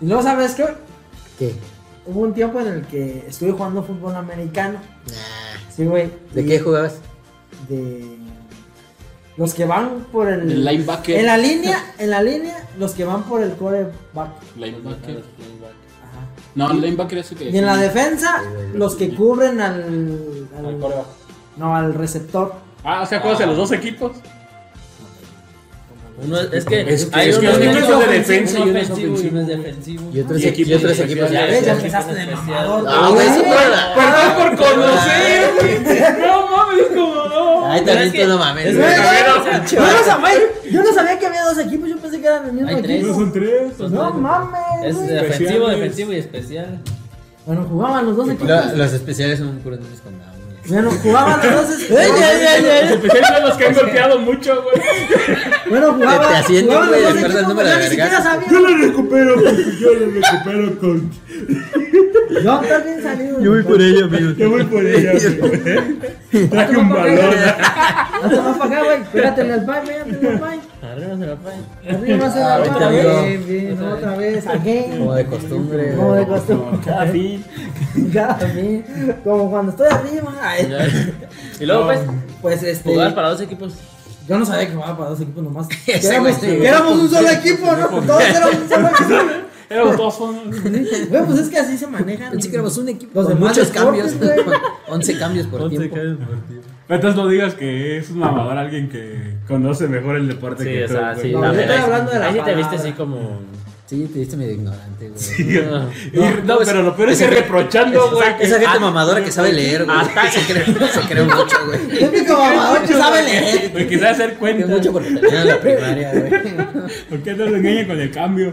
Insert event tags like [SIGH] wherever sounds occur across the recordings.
Y luego, ¿sabes qué? ¿Qué? Hubo un tiempo en el que estuve jugando fútbol americano. Nah. Sí, güey. ¿De Y qué jugabas? De. Los que van por el. El linebacker. En la línea, en la línea, los que van por el coreback. Linebacker. Ajá. No, el linebacker es el que. Y en la defensa, Sí. los que cubren al. al- Al coreback. no, al receptor. Ah, o sea, juegas a los dos equipos. Uno es, es que Es que- hay es que unos uno que es uno de ofensivo, defensa y uno uno es es ofensivo y ofensivo. uno es defensivo. Y otros, Y e- equipos y otros especiales. equipos. ya- ¿Ves? Ya equipos empezaste de especiales. mamador. Ah, güey. güey, eso no era- Perdón por conocer, güey. No mames, como no. Ay, Pero también es que- tú no mames. es güey. que- Cabrón. Yo no, sabía, yo no sabía que había dos equipos, yo pensé que eran el mismo Hay tres. equipo. Son tres. Son No tres, güey. mames. Es güey. defensivo, Especiales. defensivo y especial. Bueno, jugaban los dos Lo- equipos. los especiales son puros niños con Down, güey. Bueno, jugaban los dos. [LAUGHS] Ey, ey, ey, ey. Los especiales son los Ah, que han golpeado mucho, güey. Bueno, jugaba. Te asienten, jugaban güey, los dos después del equipos, número yo de ni siquiera vergazos. sabía. lo recupero, porque yo lo recupero con. Yo también salido. ello, amigo. Yo voy por ella, güey. Traje un balón. Hasta más para acá, güey. Pégatele al pai, pégatele al pai. Arriba se la pagan. Arriba se Ah, la ahorita, otra amigo. Bien, bien, Otra otra vez. Again. Como de costumbre. Como güey. de [LAUGHS] costumbre. Cada fin. Ya, a mí. Como cuando estoy arriba. Ay, Y luego, pues, Pues este. jugar para dos equipos. Yo no sabía que jugaba para dos equipos [LAUGHS] nomás. Que Ese éramos, güey, sí, que éramos un solo equipo, ¿no? Todos éramos un [LAUGHS] solo equipo. Éramos dos son. Güey, pues es que así se manejan. Pensé que éramos un equipo Los con demás muchos deportes, cambios. güey. [LAUGHS] con 11 cambios por tiempo. Entonces no digas que es un mamador alguien que conoce mejor el deporte Sí, que o tú, sea, güey. sí. No, también. yo estoy hablando de la Ahí sí te palabra. viste así como. Sí, te diste medio ignorante, güey. Y- No, no, es- pero lo peor es esa que gente- reprochando, güey. Esa gente mamadora que sabe leer, güey. Se cree, se cree mucho, güey. Típico mamador que sabe leer. Porque sabe hacer Se cree cuentas. mucho porque terminaron la primaria, güey. ¿Por qué no lo engañan con el cambio?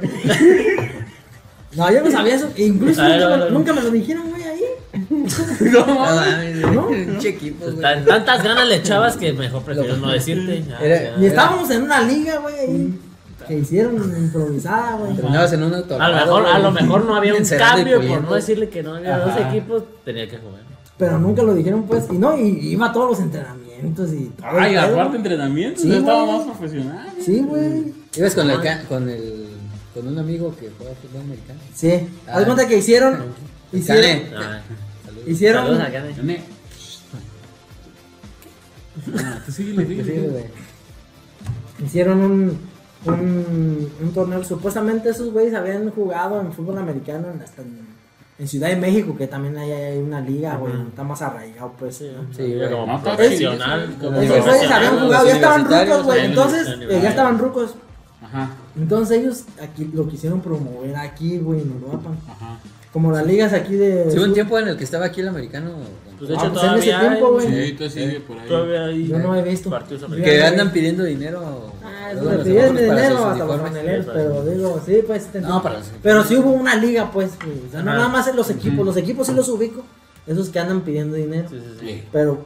No, yo no sabía eso. E Incluso A ver, nunca, a ver, me- a ver. nunca me lo dijeron, güey, ahí. No mames, güey. Pinche equipo, Pues, güey. tan- tantas ganas le echabas que mejor prefiero no decirte. Ah, Era- ya. Y estábamos en una liga, güey, ahí. Que hicieron improvisada, güey. Terminabas en un auto. a lo mejor, a lo mejor no había un Encerrado y cambio por puliendo. no decirle que no había Ajá. dos equipos, tenía que jugar. Pero nunca lo dijeron, pues. Y no, y iba a todos los entrenamientos y todo. el Ay, pedo. aparte entrenamientos. Sí, yo estaba güey. más profesional. Sí, güey. Ibas con, el, ca- con el con un amigo que juega fútbol americano. Sí. Haz Ay. cuenta que hicieron. Hicieron. Cane. Ah, Saludos. Hicieron. saludos a Karen. Nene. Ah, tú síguele, Sí, síguele. güey. Hicieron un. Un, un torneo, supuestamente esos güeyes habían jugado en fútbol americano en, hasta en, en Ciudad de México, que también hay, hay una liga, güey, está más arraigado, pues. ¿no? Sí, güey. Como No, está profesional, chido. como Esos Los güeyes habían los jugado, ya estaban universitarios, rucos, güey. ahí en Entonces, los eh, ya estaban rucos. Ajá, Entonces ellos aquí lo quisieron promover aquí, güey, en Europa. ajá. Como las ligas aquí de. Sí, hubo un tiempo en el que estaba aquí el americano. Pues de Ah, hecho, pues en ese todavía hay- tiempo, güey. Sí, tú sigue por ahí. todavía hay Yo no he visto. partidos eh, Que americanos. Ya, andan güey. pidiendo dinero. Ah, todos eso los te piden deportes para dinero sus hasta los uniformes. paneles, Sí, pero digo, sí, pues. te entiendo. No, para los- Pero sí hubo una liga, pues. güey. O sea, no Ajá. nada más en los equipos. Los equipos sí los ubico. Esos que andan pidiendo dinero. Sí, sí, [LAUGHS] sí. Sí. Pero,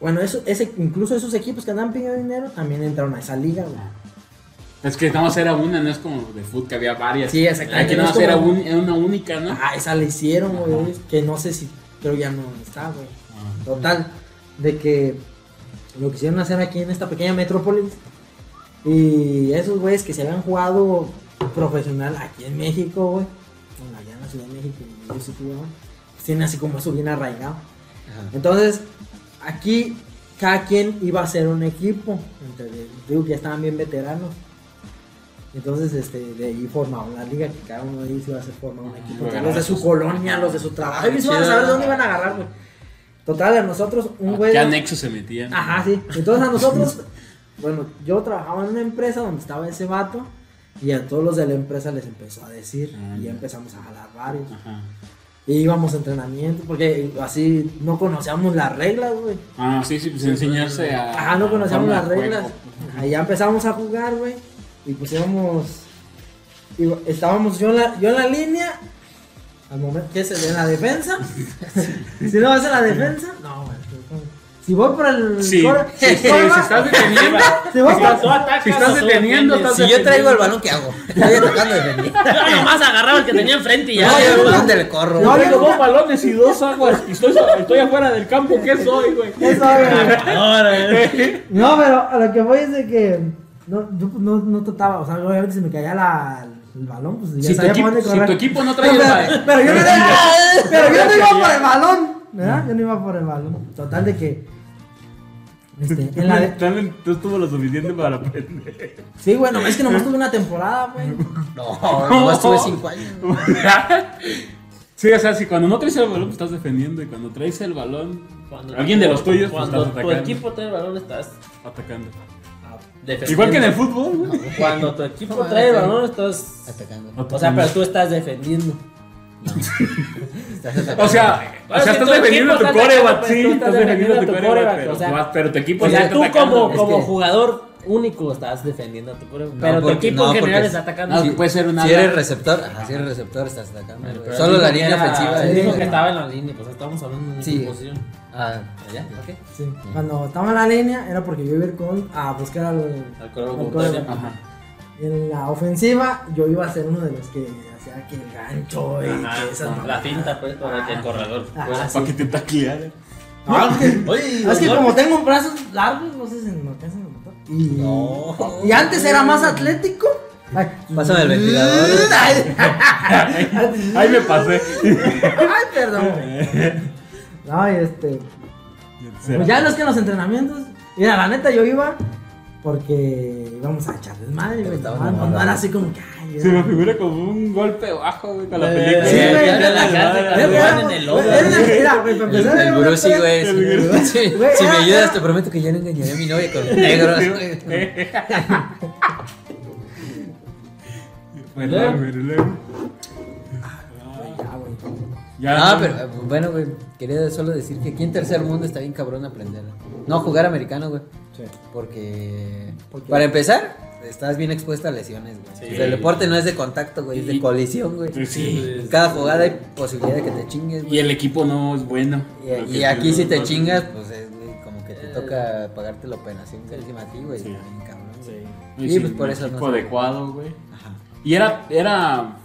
bueno, eso, ese, incluso esos equipos que andan pidiendo dinero también entraron a esa liga, güey. Es que nada más era una, no es como de fútbol que había varias. Sí, exactamente. Aquí nada más No es era como- un- era una única, ¿no? Ah, esa la hicieron, güey. Que no sé si. Creo ya no está, güey. Ah. Total, de que lo quisieron hacer aquí en esta pequeña metrópolis. Y esos güeyes que se habían jugado profesional aquí en México, güey. Bueno, allá en la Ciudad de México, donde yo sí jugaba, pues, Tienen así como eso bien arraigado. Ajá. Entonces, aquí cada quien iba a ser un equipo. Entre, digo que ya estaban bien veteranos. Entonces, este, de ahí formaban la liga, que cada uno de ellos iba a ser formado un equipo. Entonces, los de su colonia, los de su trabajo. Ellos iban a saber de dónde iban a agarrar, güey. Total, a nosotros, Ah, un güey. ¿Qué anexo se metían? Ajá, sí. Entonces a nosotros, bueno, yo trabajaba en una empresa donde estaba ese vato y a todos los de la empresa les empezó a decir Ah, y ya ya. empezamos a jalar varios. Ajá. Y íbamos a entrenamiento porque así no conocíamos las reglas, güey. Ah, sí, sí, pues enseñarse a. Ajá, Ah, no conocíamos a las juego. reglas. Ahí ya empezamos a jugar, güey. Y pues íbamos. iba- estábamos yo en la, yo en la línea. Al momento que se en la defensa. si no vas a la defensa. No, güey. Si voy por el. Sí, core- sí, sí, si cornerback, [LAUGHS] estás deteniendo. si voy por- Tú atacas, Si estás o tú deteniendo, defiendes. estás Si yo traigo el balón, ¿qué hago? [LAUGHS] Estoy atacando de venir. Ah, nomás agarraba el que tenía enfrente y ya. Ya, yo el balón del corro. No, Yo güey. Traigo nunca- dos balones y dos aguas. Y estoy, estoy afuera del campo. ¿Qué soy, güey? [LAUGHS] Eso, güey. Ahora, eh. No, pero a lo que voy es de que no, yo, pues, no, no trataba, o sea, obviamente se me caía la, el balón, pues ya Si tu, sabía por equipo, dónde si correr. tu equipo no [LAUGHS] trae pero, el pero- balón. pero yo [LAUGHS] no, pero yo no iba por el balón, ¿verdad? Yo no iba por el balón. Total de que. Este, en la de- Talent no estuvo lo suficiente para aprender. Sí, bueno, es que nomás tuve una temporada, güey. No, nomás tuve 5 años. Sí, o sea, si cuando no traes el balón, pues estás defendiendo. Y cuando traes el balón, Cuando- alguien de los tuyos, pues Cuando estás tu atacando. equipo trae el balón, estás Atacando. defendiendo. Igual que en el fútbol, güey. Cuando tu equipo No, trae el no, no. balón, estás. Atacando. O sea, pero tú estás defendiendo. Estás atacando. O sea, o Bueno, sea, estás si tu defendiendo a equipo tu está atacando, coreback, pues, sí, tú estás defendiendo a tu coreback, pero, o sea, vas- pero tu equipo O pues ya sea, está tú atacando. como, Es como que- jugador único estás defendiendo a tu coreback. No, pero tu porque- equipo no, en general porque- está atacando. No, que puede ser una Si ala. eres receptor, ajá, si eres receptor, estás atacando. güey. Pero Solo dijo la que línea era- ofensiva. él es- Dijo que estaba en la línea, pues estamos hablando de una Sí. posición. Ah, allá, ok. Sí. Cuando estaba en la línea era porque yo iba a ir con, a buscar al, Al coreback al contrario. coreback. Ajá. En la ofensiva yo iba a ser uno de los que hacía que el gancho y Ajá, que esas no, Ah, la mamadas. finta, pues, para que el corredor. Ajá, fuera. sí. Para que te taclearan. Ah, es que- Oye, Es que los como golpes. tengo brazos largos, no sé si me alcanzan a notar. Y, No. y antes era más atlético. Ay. Pásame el ventilador. Ay, Ahí me pasé. ay, perdón. No, y este. Pues ya los que en los entrenamientos. Mira, la neta yo iba porque íbamos a echar desmadre, güey. Te No, estaban no, mamando. era así como que. ay, Se me figura como un golpe bajo, güey, con la Eh, película. Sí, güey, ya era- la casa, era- que era- jugaban en el lodo, era- güey. Mira, güey, para El, empezar, el era una Brucey, peda- güey. Si, El me- si- Güey, si me era- ayudas, era- te prometo que ya no engañaré a mi novia con negros. güey. [LAUGHS] Perdón, güey, luego. Ya, Ah, güey. Ya, No, no. pero eh, bueno, güey. Quería solo decir que aquí en tercer mundo está bien cabrón aprender. No, jugar americano, güey. Sí. Porque. ¿Por qué? Para empezar, estás bien expuesto a lesiones, güey. Sí. O sea, el deporte no es de contacto, güey, es de Y- colisión, güey. Sí, sí. En cada jugada hay posibilidad de que te chingues, Y güey. el equipo no es bueno. Y, y aquí si te chingas, pues es güey, como que te toca pagarte la operación que encima a ti, güey. Eh. Sí. Está bien cabrón, güey. Sí. Sí, pues por eso no Equipo sé. adecuado, güey. Ajá. Y era, era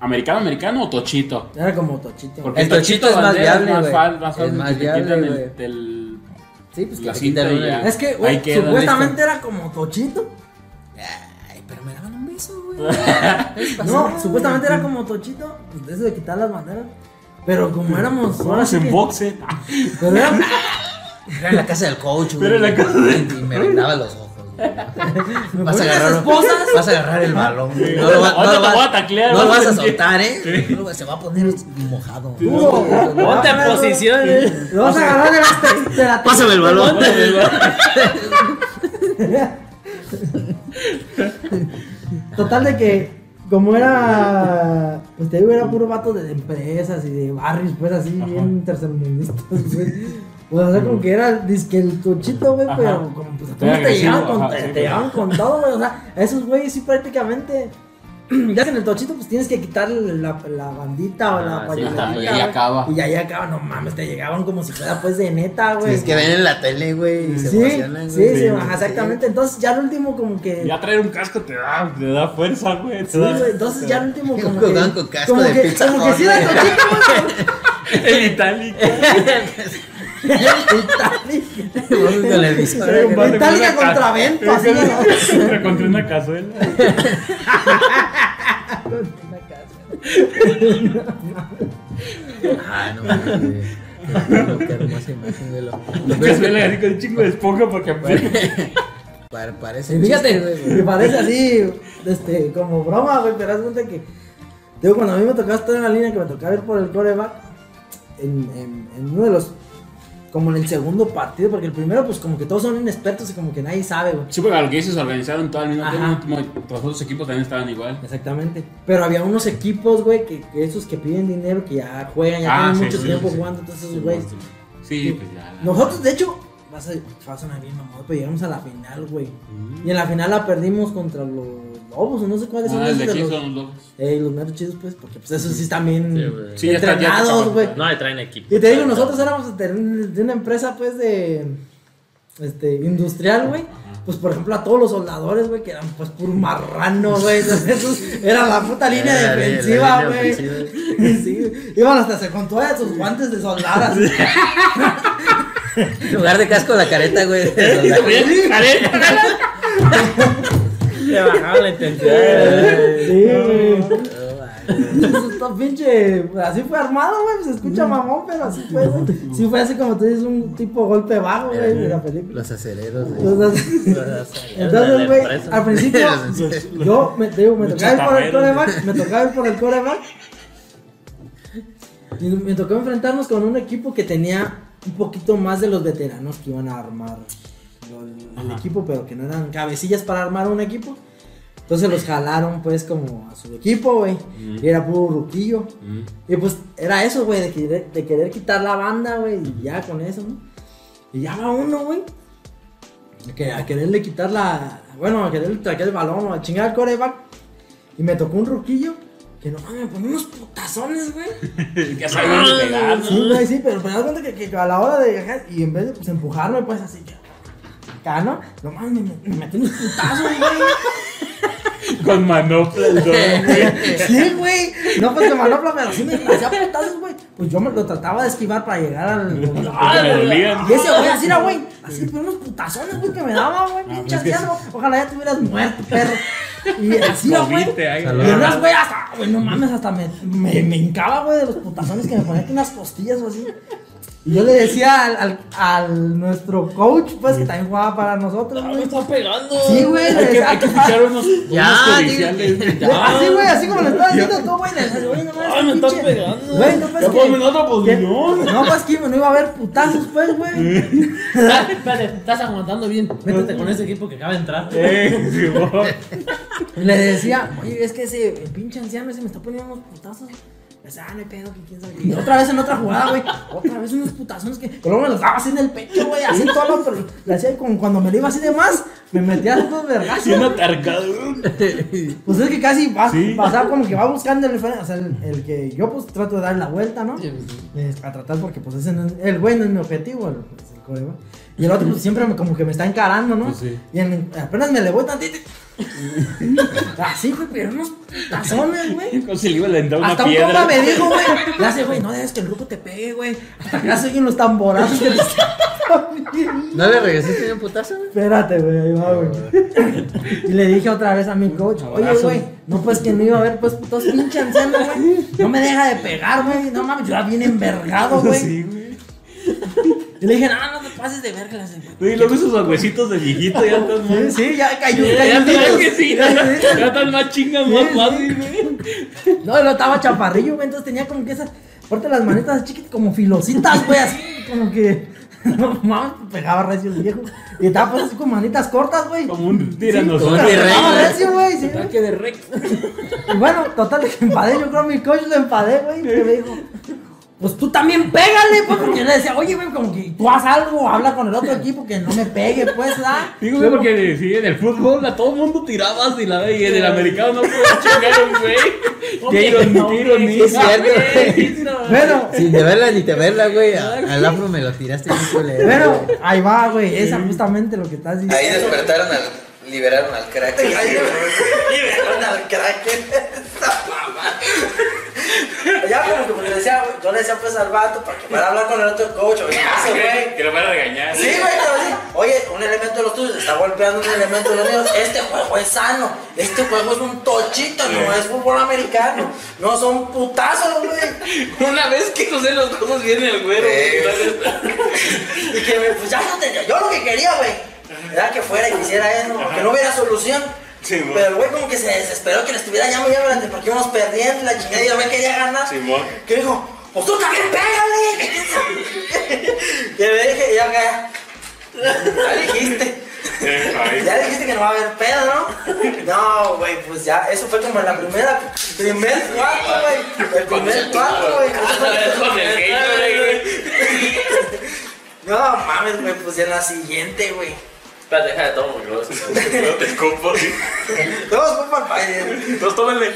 americano, americano o tochito. Era como tochito. Porque El tochito es más bandera viable, más güey. fal- más Es fácil más que te quitan viable, el- güey. del- Sí, pues que La te cinta quitan y una. ya. Es que güey, Ahí queda, supuestamente era como tochito. Ay, pero me daban un beso, güey. No, supuestamente era como tochito. de Eso de quitar las banderas. Pero como éramos. Ahora sí en que- boxe. Pero [LAUGHS] éramos- Era en la casa del coach, güey. Era en la casa Y me vendaba los ojos, güey. me Vas a ponían agarrar las [LAUGHS] esposas. Vas a agarrar el balón, güey. Sí. No lo, va- no Ahorita lo te vas- voy a taclear, No lo vas a vas a sentir. soltar, ¿eh? No lo vas- se va a poner mojado. güey. Hubo- Ponte en posición. eh. Lo vas a agarrar de las te- de la Pásame el balón. Total de que. Como era. Pues te digo, era puro vato de empresas y de barrios, pues así, bien tercermundistas, güey. Pues, o sea, como que era disque el tochito, güey, Ajá. pero como pues, todos Era te agresivo, llevaban con, ajá, te, sí, te llevaban con todo, güey. O sea, esos güeyes sí prácticamente. [CLEARS THROAT] Ya que en el tochito, pues tienes que quitar la, la bandita o la Ah, sí, payoletita, ajá, y ahí güey. acaba. Y ahí acaba, no mames, te llegaban como si fuera pues de neta, Sí, güey. es que ven en la tele, güey. Y se Sí, emocionan, sí, güey. sí, ajá, exactamente. Entonces ya el último como que... Ya traer un casco te da, te da fuerza, güey. te Sí, da- güey, entonces ya el último Yo como jugaba que... con casco como de que, Pizza como que Hut, sí era güey. tochito, El itálico. [LAUGHS] güey. Vamos con el [LAUGHS] visor, Era un güey. vato con Itálica una ca- contra Vento, [LAUGHS] así, Contra- Contra una cazuela. Ah, no mames, güey. No, Qué hermosa imagen, güey. Lo- Una Pues, cazuela así con un chingo de esponja para [LAUGHS] que pa- Parece. Sí, un fíjate, chiste, güey, güey. me parece así, este, como broma, güey, pero haz cuenta que... Digo, cuando a mí me tocaba estar en la línea, que me tocaba ir por el coreback, en, en, en uno de los... Como en el segundo partido, porque el primero, pues como que todos son inexpertos y como que nadie sabe, güey. Sí, porque a lo que dices, organizaron todo al mismo Ajá. tiempo. Todos los otros equipos también estaban igual. Exactamente. Pero había unos equipos, güey, que, que esos que piden dinero, que ya juegan, ya Ah, tienen sí, mucho sí, tiempo sí, sí. jugando, entonces, Sí, güey. Sí, pues ya. la- Nosotros, de hecho, vas a, vas a sonar bien, mamá, pero llegamos a la final, güey. Y en la final la perdimos contra los lobos, o no sé cuáles son Mm. Ah, el esos de de aquí los. son los lobos. Eh, los meros chidos, pues, porque pues esos sí están bien Sí, güey. Sí, ya está- ya está entrenados, acabando. güey. No, le traen equipo. Y te digo, nosotros éramos de, de una empresa, pues, de. Este, industrial, güey. Pues, por ejemplo, a todos los soldadores, güey, que eran, pues, puro marrano, güey. Entonces, esos eran la puta línea Era la- la defensiva, línea güey. [LAUGHS] Sí, iban hasta se con todas sus guantes de soldar, así. En lugar de casco, la careta, güey. de soldado. Oye, Karen, Le bajaba [LAUGHS] la Eh. intensidad. Sí, güey. Eso está pinche. Así fue armado, güey. Se escucha mamón, pero así fue. güey. Sí fue así como tú dices, un tipo golpe bajo, güey, de la película. Los aceleros. güey. Entonces, entonces, güey, [LAUGHS] al [LAUGHS] principio, yo me, te digo, me tocaba ir por el coreback, me tocaba ir por el coreback. Y me tocó enfrentarnos con un equipo que tenía un poquito más de los veteranos que iban a armar lo- el equipo, pero que no eran cabecillas para armar un equipo. Entonces los jalaron, pues, como a su equipo, güey. Y era puro ruquillo. Y pues era eso, güey, de querer, de querer quitar la banda, güey. Y ya con eso, ¿no? Y ya va uno, güey. Que a quererle quitar la. Bueno, a quererle traer el balón, a chingar al coreback. Y me tocó un ruquillo. Que no mames, me ponía unos putazones, güey. Que se vayan a pegar, ¿no? Sí, güey, sí, pero me das cuenta que, que a la hora de viajar, y en vez de pues, empujarme, pues así que. Acá, ¿no? No mames, me, me metí unos putazos, güey. Con [LAUGHS] manopla el don, güey. Sí, güey. No, pues de manopla, pero sí me hacía putazos, güey. Pues yo me lo trataba de esquivar para llegar al. Ah, Porque me dolían. Y ese güey así era, güey. Así, pero unos putazones, güey, que me daba, güey. pues Pinche es que anciano. Ojalá ya te hubieras muerto, perro. Y así era, güey. Moviste, ay, Y unas, güey, hasta, güey, no mames, hasta me, me, me hincaba, güey, de los putazones que me ponía aquí unas costillas o así. Y yo le decía al, al, al nuestro coach, pues, que también jugaba para nosotros, Ah, Me güey. está pegando. Sí, güey, le Hay que, decía. hay que fichar unos, unos Ya, judiciales. le- Así, güey, así como le estaba diciendo tú, güey, le decía, güey, no mames, Ay, me pinche- estás pegando. Güey, no Ya pues ponme en que... otra que- posición. No, pues que no iba a haber putazos, pues, güey. Espérate, espérate, estás aguantando bien. Métete con ese equipo que acaba de entrar. Eh, Simón. Le decía, oye, es que ese el pinche anciano ese me está poniendo unos putazos. O sea, ah, no hay pedo, que quién sabe qué. Y otra vez en otra jugada, güey. Otra vez unos putazones que. Pero luego me los daba así en el pecho, güey. Así todo lo. Pero le hacía como cuando me lo iba así de más. Me metía los vergazos. Siendo atarcado. Pues es que casi va, Sí. pasaba como que va buscando el. O sea, el, el que yo pues trato de dar la vuelta, ¿no? Es para tratar porque pues ese no es, el güey no es mi objetivo, el, pues, el coreo. Y el otro pues siempre me- como que me está encarando, ¿no? Pues, sí. Y en- apenas me le voy tantito. [LAUGHS] Así, güey, pero unos tazones, güey. Como si le iba a alentar una Hasta un piedra. compa me dijo, güey. Le hace, güey, no dejes que el grupo te pegue, güey. Hasta que hacen los tamborazos que le están- ¿No le regresaste un putazo, güey? Espérate, güey, ahí va, güey. [LAUGHS] Y le dije otra vez a mi coach, oye, güey, no pues que no iba a haber pues putos pinche anciano, güey. No me deja de pegar, güey. No mames, yo ya bien [LAUGHS] envergado, güey. Sí, güey. Y le dije, no, no te pases de verga. le dije. Y luego esos huesitos de viejito ya estás Sí, muy. sí, ya cayó. Ya cayó. sabes que sí. Ya ya estás más chingas, más fácil, güey. No, no estaba chaparrillo, güey, entonces tenía como que esas. Aparte las manitas chiquitas como filositas, güey, así como que. [LAUGHS] No mames, pegaba recio el viejo. Y estaba pues así con manitas cortas, güey. Como un tiranosaurio. como un Pero pegaba güey. recio, güey, sí, güey. Ataque de Rex. Y bueno, total, que empadé. Yo creo que mi coach lo empadé, güey. Que me dijo, pues tú también pégale, pues. Porque yo le decía, oye, güey, como que tú haz algo, habla con el otro equipo que no me pegue, pues, ¿ah? Digo, güey, porque sí, en el fútbol a todo mundo tirabas y la y en eh. el americano [LAUGHS] no puedes chingar a un güey. Tiro ni tiro ni. Es cierto, Bueno, Sin de verla ni te verla, güey. a- Al afro me lo tiraste bien culero. bueno, ahí va, güey. Esa justamente lo que estás diciendo. Ahí despertaron al. Liberaron al Kraken. liberaron al Kraken. Esta mamá. Ya, pero como le decía, yo le decía pues al vato para que para hablar con el otro coach. Oye, ese güey. Que lo van a regañar. Sí, güey, pero sí. Oye, un elemento de los tuyos está golpeando un elemento de los míos. Este juego es sano. Este juego es un tochito, no es fútbol americano. No son putazos, güey. Una vez que José los cosas viene el güero. Y que me, pues ya no tenía. Yo lo que quería, güey, era que fuera y que hiciera eso, que no hubiera solución. Pero el güey como que se desesperó que le estuviera llamando ya durante porque íbamos perdiendo y la chingada y el güey quería ganar. Que dijo, pues tú también pégale. que me dije, y yo acá. Ya dijiste. Ya dijiste que no va a haber pedo, ¿no? No, güey, pues ya, eso fue como en la primera, primer cuarto, güey. El primer cuarto, güey. No mames, güey, pues en la siguiente, güey. Espérate, deja de todo, porque luego se- Todos fue para el Entonces,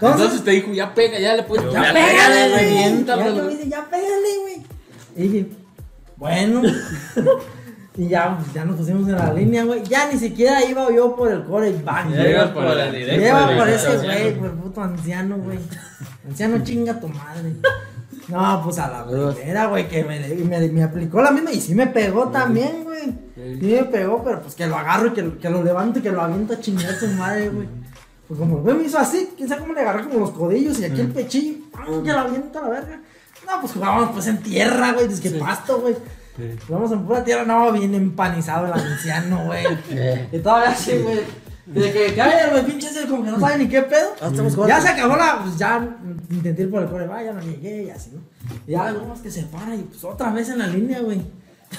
Entonces te dijo, ya pega, ya le puedes. ya pégale, güey. Ya me dice, ya pégale, güey. Y dije, bueno. [LAUGHS] y ya, pues, ya nos pusimos en la línea, güey. Ya ni siquiera iba yo por el core bang, Ya güey. ibas por el directo. Lleva por güey. ese güey, por el puto anciano, güey. Anciano, chinga tu madre. No, pues a la primera, güey, que me, me, me aplicó la misma y sí me pegó también, güey. Sí me pegó, pero pues que lo agarro y que, lo- que lo levanto y que lo aviento a chingar a su madre, güey. Pues como el güey me hizo así, quién sabe cómo le agarré como los codillos y aquí el pechillo, ¡pam! que lo aviento a la verga. No, pues jugábamos pues en tierra, güey, es que pasto, güey. Jugábamos en pura tierra, no, bien empanizado el anciano, güey. y todavía así, güey. De que cae, güey, pinches, como que no sabe ni qué pedo. Ya se acabó la, pues ya intenté ir por el core, ya no llegué y así, ¿no? Y ya algo más que se para y pues otra vez en la línea, güey.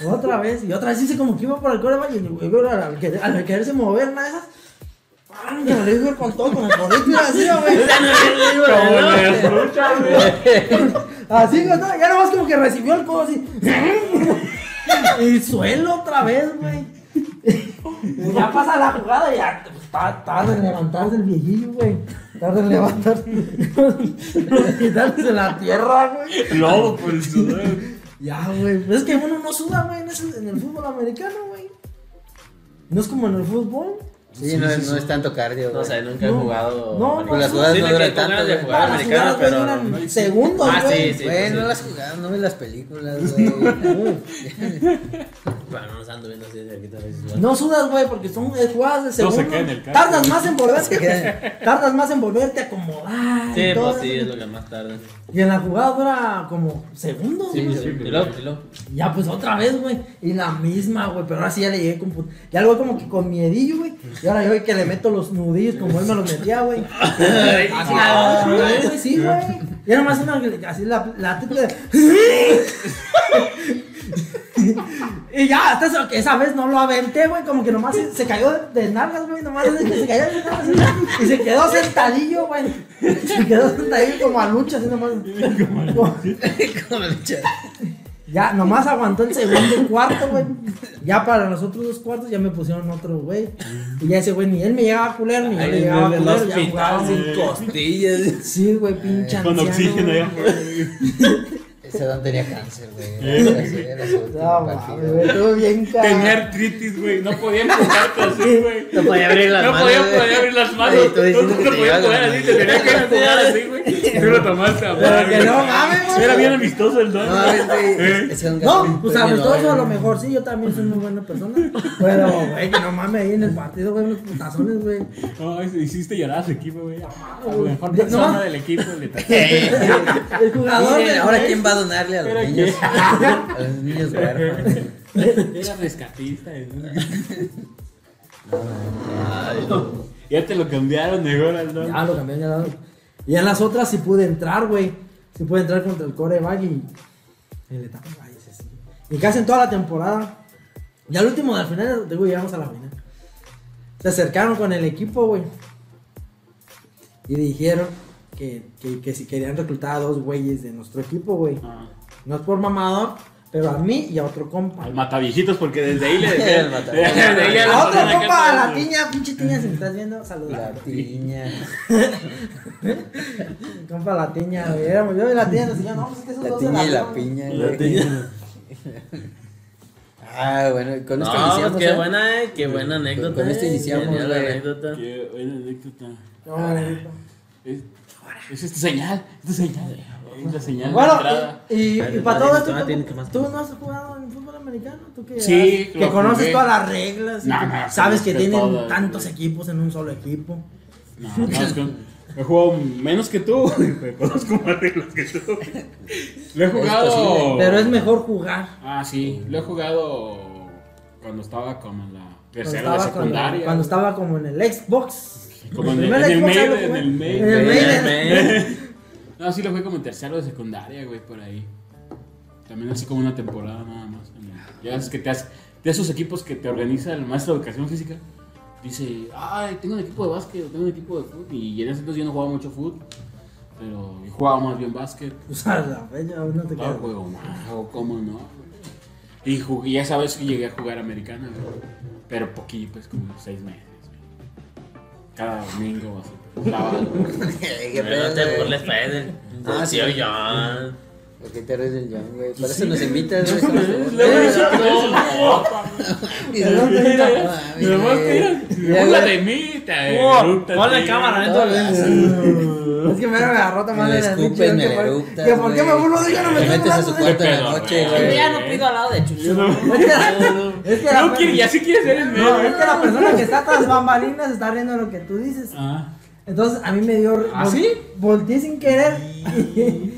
Otra vez, y otra vez hice como que iba por el core, y güey, güey, al, querer- al quererse mover, una de esas. ¡pam! Que le digo con todo, con el codito y así, güey. Así, güey, no, ya nomás como que recibió el codo así. [LAUGHS] Y suelo otra vez, güey. Y ya pasa la jugada y ya. pues, ta- Tarda en levantarse el viejillo, güey. Tarda en levantarse. Quitarse la tierra, güey. No, pues. Ya, güey. Pero es que uno no suda, güey, en, ese- en el fútbol americano, güey. No es como en el fútbol. Sí, no, es- no es tanto cardio. No güey. sé, nunca he No. jugado. No, Con las no, jugadas sí no me duran quedé con tanto. ganas de güey. jugar. Para americano, jugar, güey, pero- duran segundos, Ah, sí, güey. sí. Güey, no Uh, las jugadas, no ves las películas, [LAUGHS] güey. Bueno, no nos ando viendo así de cerquita. a veces, güey. No sudas, güey, porque son eh, jugadas de No se segundo. queda en el campo. tardas más en volverte. tardas más en volverte a acomodar. y Sí, todo pues sí, eso. es lo que más tarda. Y en la jugada dura como segundos, Sí, pues güey. sí, y luego, y luego. Ya pues otra vez, güey. Y la misma, güey. Pero ahora sí ya le llegué con put- Ya luego como que con miedillo, güey. Y ahora yo güey, que le meto los nudillos como él me los metía, [LAUGHS] güey. Así, ah, güey, sí, güey. Y era más una así la, la triple de- [LAUGHS] Y ya, hasta eso- que esa vez no lo aventé, güey. Como que nomás se, se cayó de, de nalgas, güey. Nomás así que se cayó de nalgas. así, Y se quedó sentadillo, güey. Se quedó sentadillo como a lucha, así nomás. Como- ya, nomás aguantó el segundo cuarto, güey. Ya para los otros dos cuartos ya me pusieron otro, güey. Y ya ese güey, ni él me llegaba a culer, ni yo le Ay, llegaba a en el culer. Ya jugaba hospital sin costillas. Sí, güey, pinche Con anciano, oxígeno güey. ya. [LAUGHS] Ese don tenía cáncer, güey. Era su- era su última No, mames, partida, güey, güey. estuvo bien caro. Tenía artritis, güey. No podía empujarte así, güey. No podía abrir las No manos. podía, güey. podía abrir las manos. Oye, tú No, diciendo no que te te podías llevas jugar la así, mano. te tenías que jugar así, güey. Tú lo tomaste a Pero que madre. no mames, güey. Era bien amistoso el don. No, mames, güey. ¿Eh? Ese don ganó No, un pues premio a todos a [LAUGHS] Nobel, lo güey. mejor sí, yo también soy muy buena persona. Pero, güey, que no mames ahí en el partido, güey, los putazones, güey. No, es- hiciste llorar a su equipo, güey. Ah, la mejor No. persona del equipo. le trataste. El jugador, Miren, del ahora güey. quién va a donarle a los niños. [LAUGHS] A los niños huérfanos. Era rescatista. [LAUGHS] ¿no? Ay, no. Ya te lo cambiaron de hora, ¿no? Ya lo cambiaron, ya lo- Y en las otras sí pude entrar, güey. Sí pude entrar contra el coreback y. y le tapé, ay, ese sí. Y casi en toda la temporada. Y al último, al final, digo, llegamos a la final. Se acercaron con el equipo, güey. Y dijeron que, que- que si querían reclutar a dos güeyes de nuestro equipo, güey. Ah. No es por mamador, pero a mí y a otro compa. Al mataviejitos, porque desde [LAUGHS] ahí [LAUGHS] le El [LAUGHS] decían. mataviejitos. desde ahí ya le A ponían otro acá compa, a todo. la tiña, pinche tiña, si me estás viendo, saludos. La tiña. Compa la tiña, güey. Éramos yo y la tiña nos decían, no, pues es que esos La dos se tiña y la arreglan". piña. La güey. tiña. [LAUGHS] Ah, bueno, y con esto No, iniciamos. pues qué ¿eh? buena, eh, qué buena anécdota. con esto eh, iniciamos, genial güey. anécdota. Qué buena anécdota. No, güey. Ah, Es, es esta señal, esta señal. Es la señal de Bueno, eh. entrada. y, y- y Madre, para todo madre, esto, todavía ¿tú, tiene que más- tú no has jugado en fútbol americano? ¿Tú que, Sí, que lo conoces jugué. todas las reglas? y No, que no, sabes conozco que tienen todas, tantos güey. equipos en un solo equipo. No, no, es que he jugado menos que tú, [LAUGHS] pero conozco más reglas que tú. Lo he jugado. Pero es mejor jugar. Ah, sí, lo he jugado cuando estaba como en la Cuando tercera de estaba, con- secundaria. cuando estaba como en el Xbox. Como en el, primer en el Xbox, ahí mail, lo en jugué. el mail. En el güey. mail, en- [LAUGHS] No, sí lo jugué como en tercero de secundaria, güey, por ahí. También así como una temporada nada más. en el- Ya es que te has, de esos equipos que te organiza el maestro de educación física, dice, ay, tengo un equipo de básquet, tengo un equipo de fútbol. Y en ese entonces yo no jugaba mucho fútbol, pero yo jugaba más bien básquet. Pues a la fecha, aún no te No, quedas. juego más, o cómo no. Y jugué, ya sabes que llegué a jugar americana, güey. Pero poquillo, pues como seis meses. güey. Cada domingo, así. Sábado. [LAUGHS] Qué Pero no pedo, te güey. burles, Pedro. Ah, Ah, sí. sí, oye. Porque te eres del John, güey. Para eso nos invitas, güey. [LAUGHS] Hola de mí, te Oh, erupta, Ponle tío. cámara, dentro Es que me agarró tomando Me la escupes, leche, me que por- eructas, que ¿Por qué güey. me burlo de ella? No me Te estoy metes a su burlando de ella. cuarto en la noche, güey. ya no pido al lado de Chuchu. Es que- Es que la- [LAUGHS] No quiere, ya sí quieres ser el no, mero. es que la persona que está tras bambalinas está riendo de lo que tú dices. Ah, Entonces a mí me dio. ¿Ah, sí? Volteé sin querer y,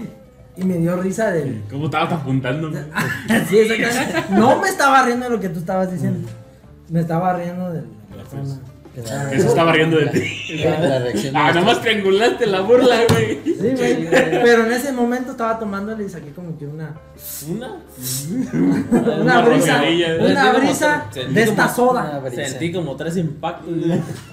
y me dio risa del. ¿Cómo estabas apuntando? Sí, exactamente. No me estaba riendo de lo que tú estabas diciendo. Me estaba riendo del. Que se estaba riendo de ti. La reacción de Ah, nuestro- nomás triangulaste la burla, güey. Sí, güey. Pero en ese momento estaba tomándole y saqué como que una. ¿Una? [LAUGHS] Una brisa. rosadilla, ¿eh? Una brisa Sentí de esta como- una soda. brisa. Sentí como tres impactos.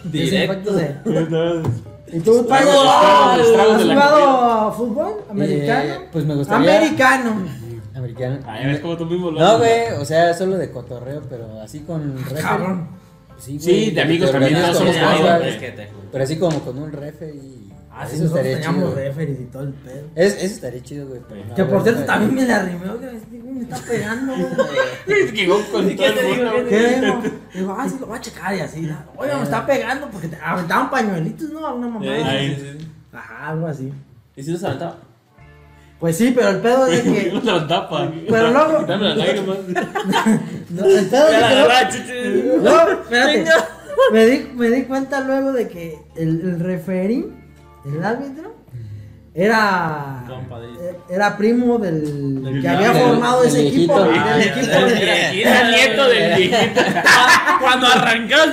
De ese impacto Directo. de- ¿Y tú, Payo? estragos, estragos ¿Has de la jugado fútbol? ¿Americano? Eh, pues me gustaría- Americano. Americano. Ay, ves como tú mismo lo No, haces. güey, o sea, solo de cotorreo, pero así con refe. Cabrón. Sí, Sí, güey, de amigos te también, organizas no con somos los amigos, compas, güey. Pero así como con un refe y. Ah, sí, nosotros eso estaría chido. teníamos güey. referees y todo el pedo. Es- eso estaría chido, güey. pero no, Que por güey, cierto no, también me la arrimeo que este güey me está pegando, [LAUGHS] güey. Es que yo con todo el mundo, güey. ¿Qué digo? Digo, ah, sí, lo voy a checar y así. ¿no? Oye, me Eh. está pegando porque te aventaban pañuelitos, ¿no? Alguna Eh, mamada. Ay. Ajá, algo así. ¿Y si nos aventaba? Pues sí, pero el pedo es de [LAUGHS] que. La tapa. Pero luego- Quítame las [LAUGHS] lágrimas. no, el pedo es de que no- No, espérate. Me di, me di cuenta luego de que el, el referí, el árbitro, era. Compadrito. eh, Era primo del, que había del- formado del ese equipo. viejito. Del Ah, equipo del de- Era nieto del viejito. Cuando arrancas.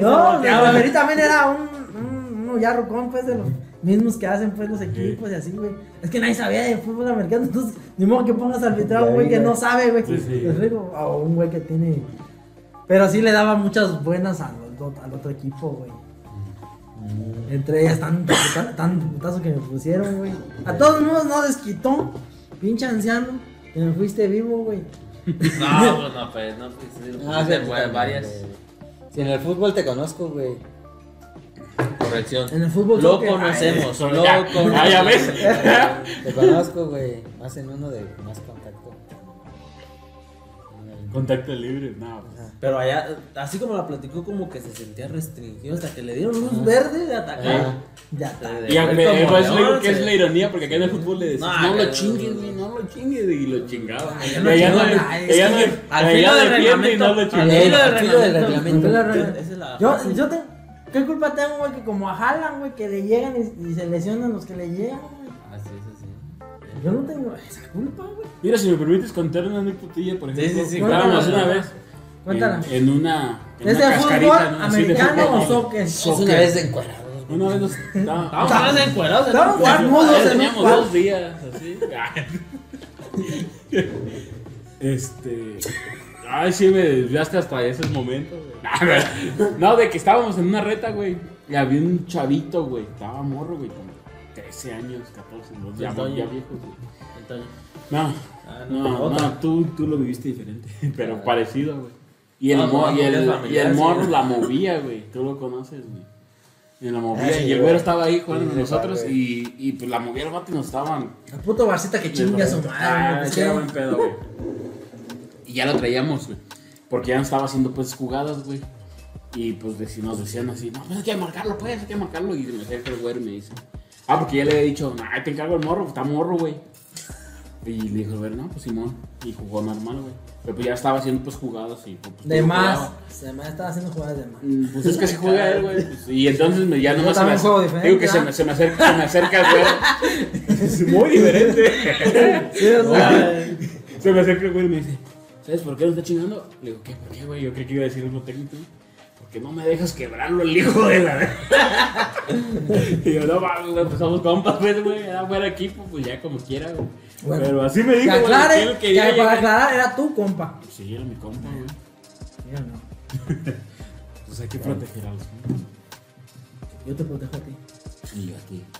No, el referí también era un, un, uno ya rucón, pues, de los mismos que hacen, pues, los equipos y así, güey. Es que nadie sabía de fútbol americano, entonces, ni modo que pongas a arbitrar a un Ya güey vi, que güey. no sabe, güey. Sí, sí. Es rico, o un güey que tiene... Pero sí le daba muchas buenas al, do- al otro equipo, güey. Entre ellas, tanto, puta- tanto putazo que me pusieron, güey. A todos modos, no desquitó, pinche anciano, que me fuiste vivo, güey. No, pues no, pues no. pues, güey. sí, pues, Ah, sí, de- tú pues, también, varias. güey. Si en el fútbol te conozco, güey. Corrección. En el fútbol Lo creo que- conocemos. Lo Ya. Ah, ya conocemos. ves. Te conozco, güey. Más en uno de más contacto. Contacto libre, no. [LAUGHS] Pero allá, así como la platicó, como que se sentía restringido hasta que le dieron luz verde de atacar. Ah. Ya está. De- Y de- aunque como pues, león, le digo que se- es la ironía, porque acá en el fútbol le decís, No, Ah. no lo acá- chingues, güey, no lo chingues, y lo chingaba. Ay, Ella ya lo no, ella chingó, no, ay, ella es no, que al filo del defiende y no lo Ah, reglamento. chinga. Al filo del Al filo del reglamento. reglamento. Esa es la Yo, frase. yo te, ¿Qué culpa tengo, güey? Que como a Haaland, güey, que le llegan y, y se lesionan los que le llegan, güey. Así es, así. Yo no tengo esa culpa, güey. Mira, si me permites contar una anécdotilla, por Sí, ejemplo, sí, sí, estábamos cuéntala. una vez Cuéntala. en, en una en ¿Es una de fútbol cascarita, ¿no? Sí, de americano fútbol. o soccer? Es una vez de encuadrados, güey. Una vez nos estábamos- Vamos a ver encuerados. Vamos a jugar mudos en un teníamos cuarto. dos días así. [LAUGHS] este. Ay, sí, me desviaste hasta esos momentos. güey. [LAUGHS] No, de que estábamos en una reta, güey. Y había un chavito, güey. Estaba morro, güey. Como 13 años, 14. ¿no? Ya, Antonio. ya viejos, güey. Entonces, No, Ah, no, no, no, otra. tú, tú lo viviste diferente, [LAUGHS] pero parecido, güey. Y el, Ah, mo- no, y el, es y familiar, el sí. morro la movía, güey. Tú lo conoces, güey. Y la movía. Ah, sí, y el güey. güero estaba ahí jugando Sí, con sí, nosotros. güey. Y, y pues la movía el vato y nos estaban. La puto barcita que chinga a su madre, Ah, güey. pues, sí, era ¿qué? buen pedo, güey. Y ya lo traíamos, güey. Porque ya nos estaba haciendo, pues, jugadas, güey. Y pues deci- nos decían así, no, pues hay que marcarlo, pues, hay que marcarlo. Y me acerca el güero y me dice, ah, porque ya le había dicho, ay, te encargo el morro, pues, está morro, güey. Y le dijo, a ver, no, pues Simón. Y jugó normal, güey. Pero pues ya estaba haciendo, pues, jugadas y pues. De no más. jugaba. Se me estaba haciendo jugadas de más. Mm, Pues es que se juega él, güey. Pues, y entonces me, ya Yo nomás se me, también juego ac- diferente, digo que se ¿ah? me, se me acerca, se me acerca el güero. Es muy diferente. Sí, o sea, Se me acerca el güey y me dice, ¿sabes por qué no está chingando? Le digo, ¿qué? ¿Por qué, güey? Yo creo que iba a decir algo técnico. Porque no me dejas quebrarlo el hijo de la... [LAUGHS] y yo, no, mames, güey, pues somos compas, pues, güey. Era fuera equipo, pues ya como quiera, güey. Bueno, Pero así me que dijo, güey. que él aclare, que quería para llegar- aclarar era tu compa. Sí, era mi compa, güey. Pues Yo no. Entonces hay que proteger a los compas. Yo te protejo a ti. Y yo a ti.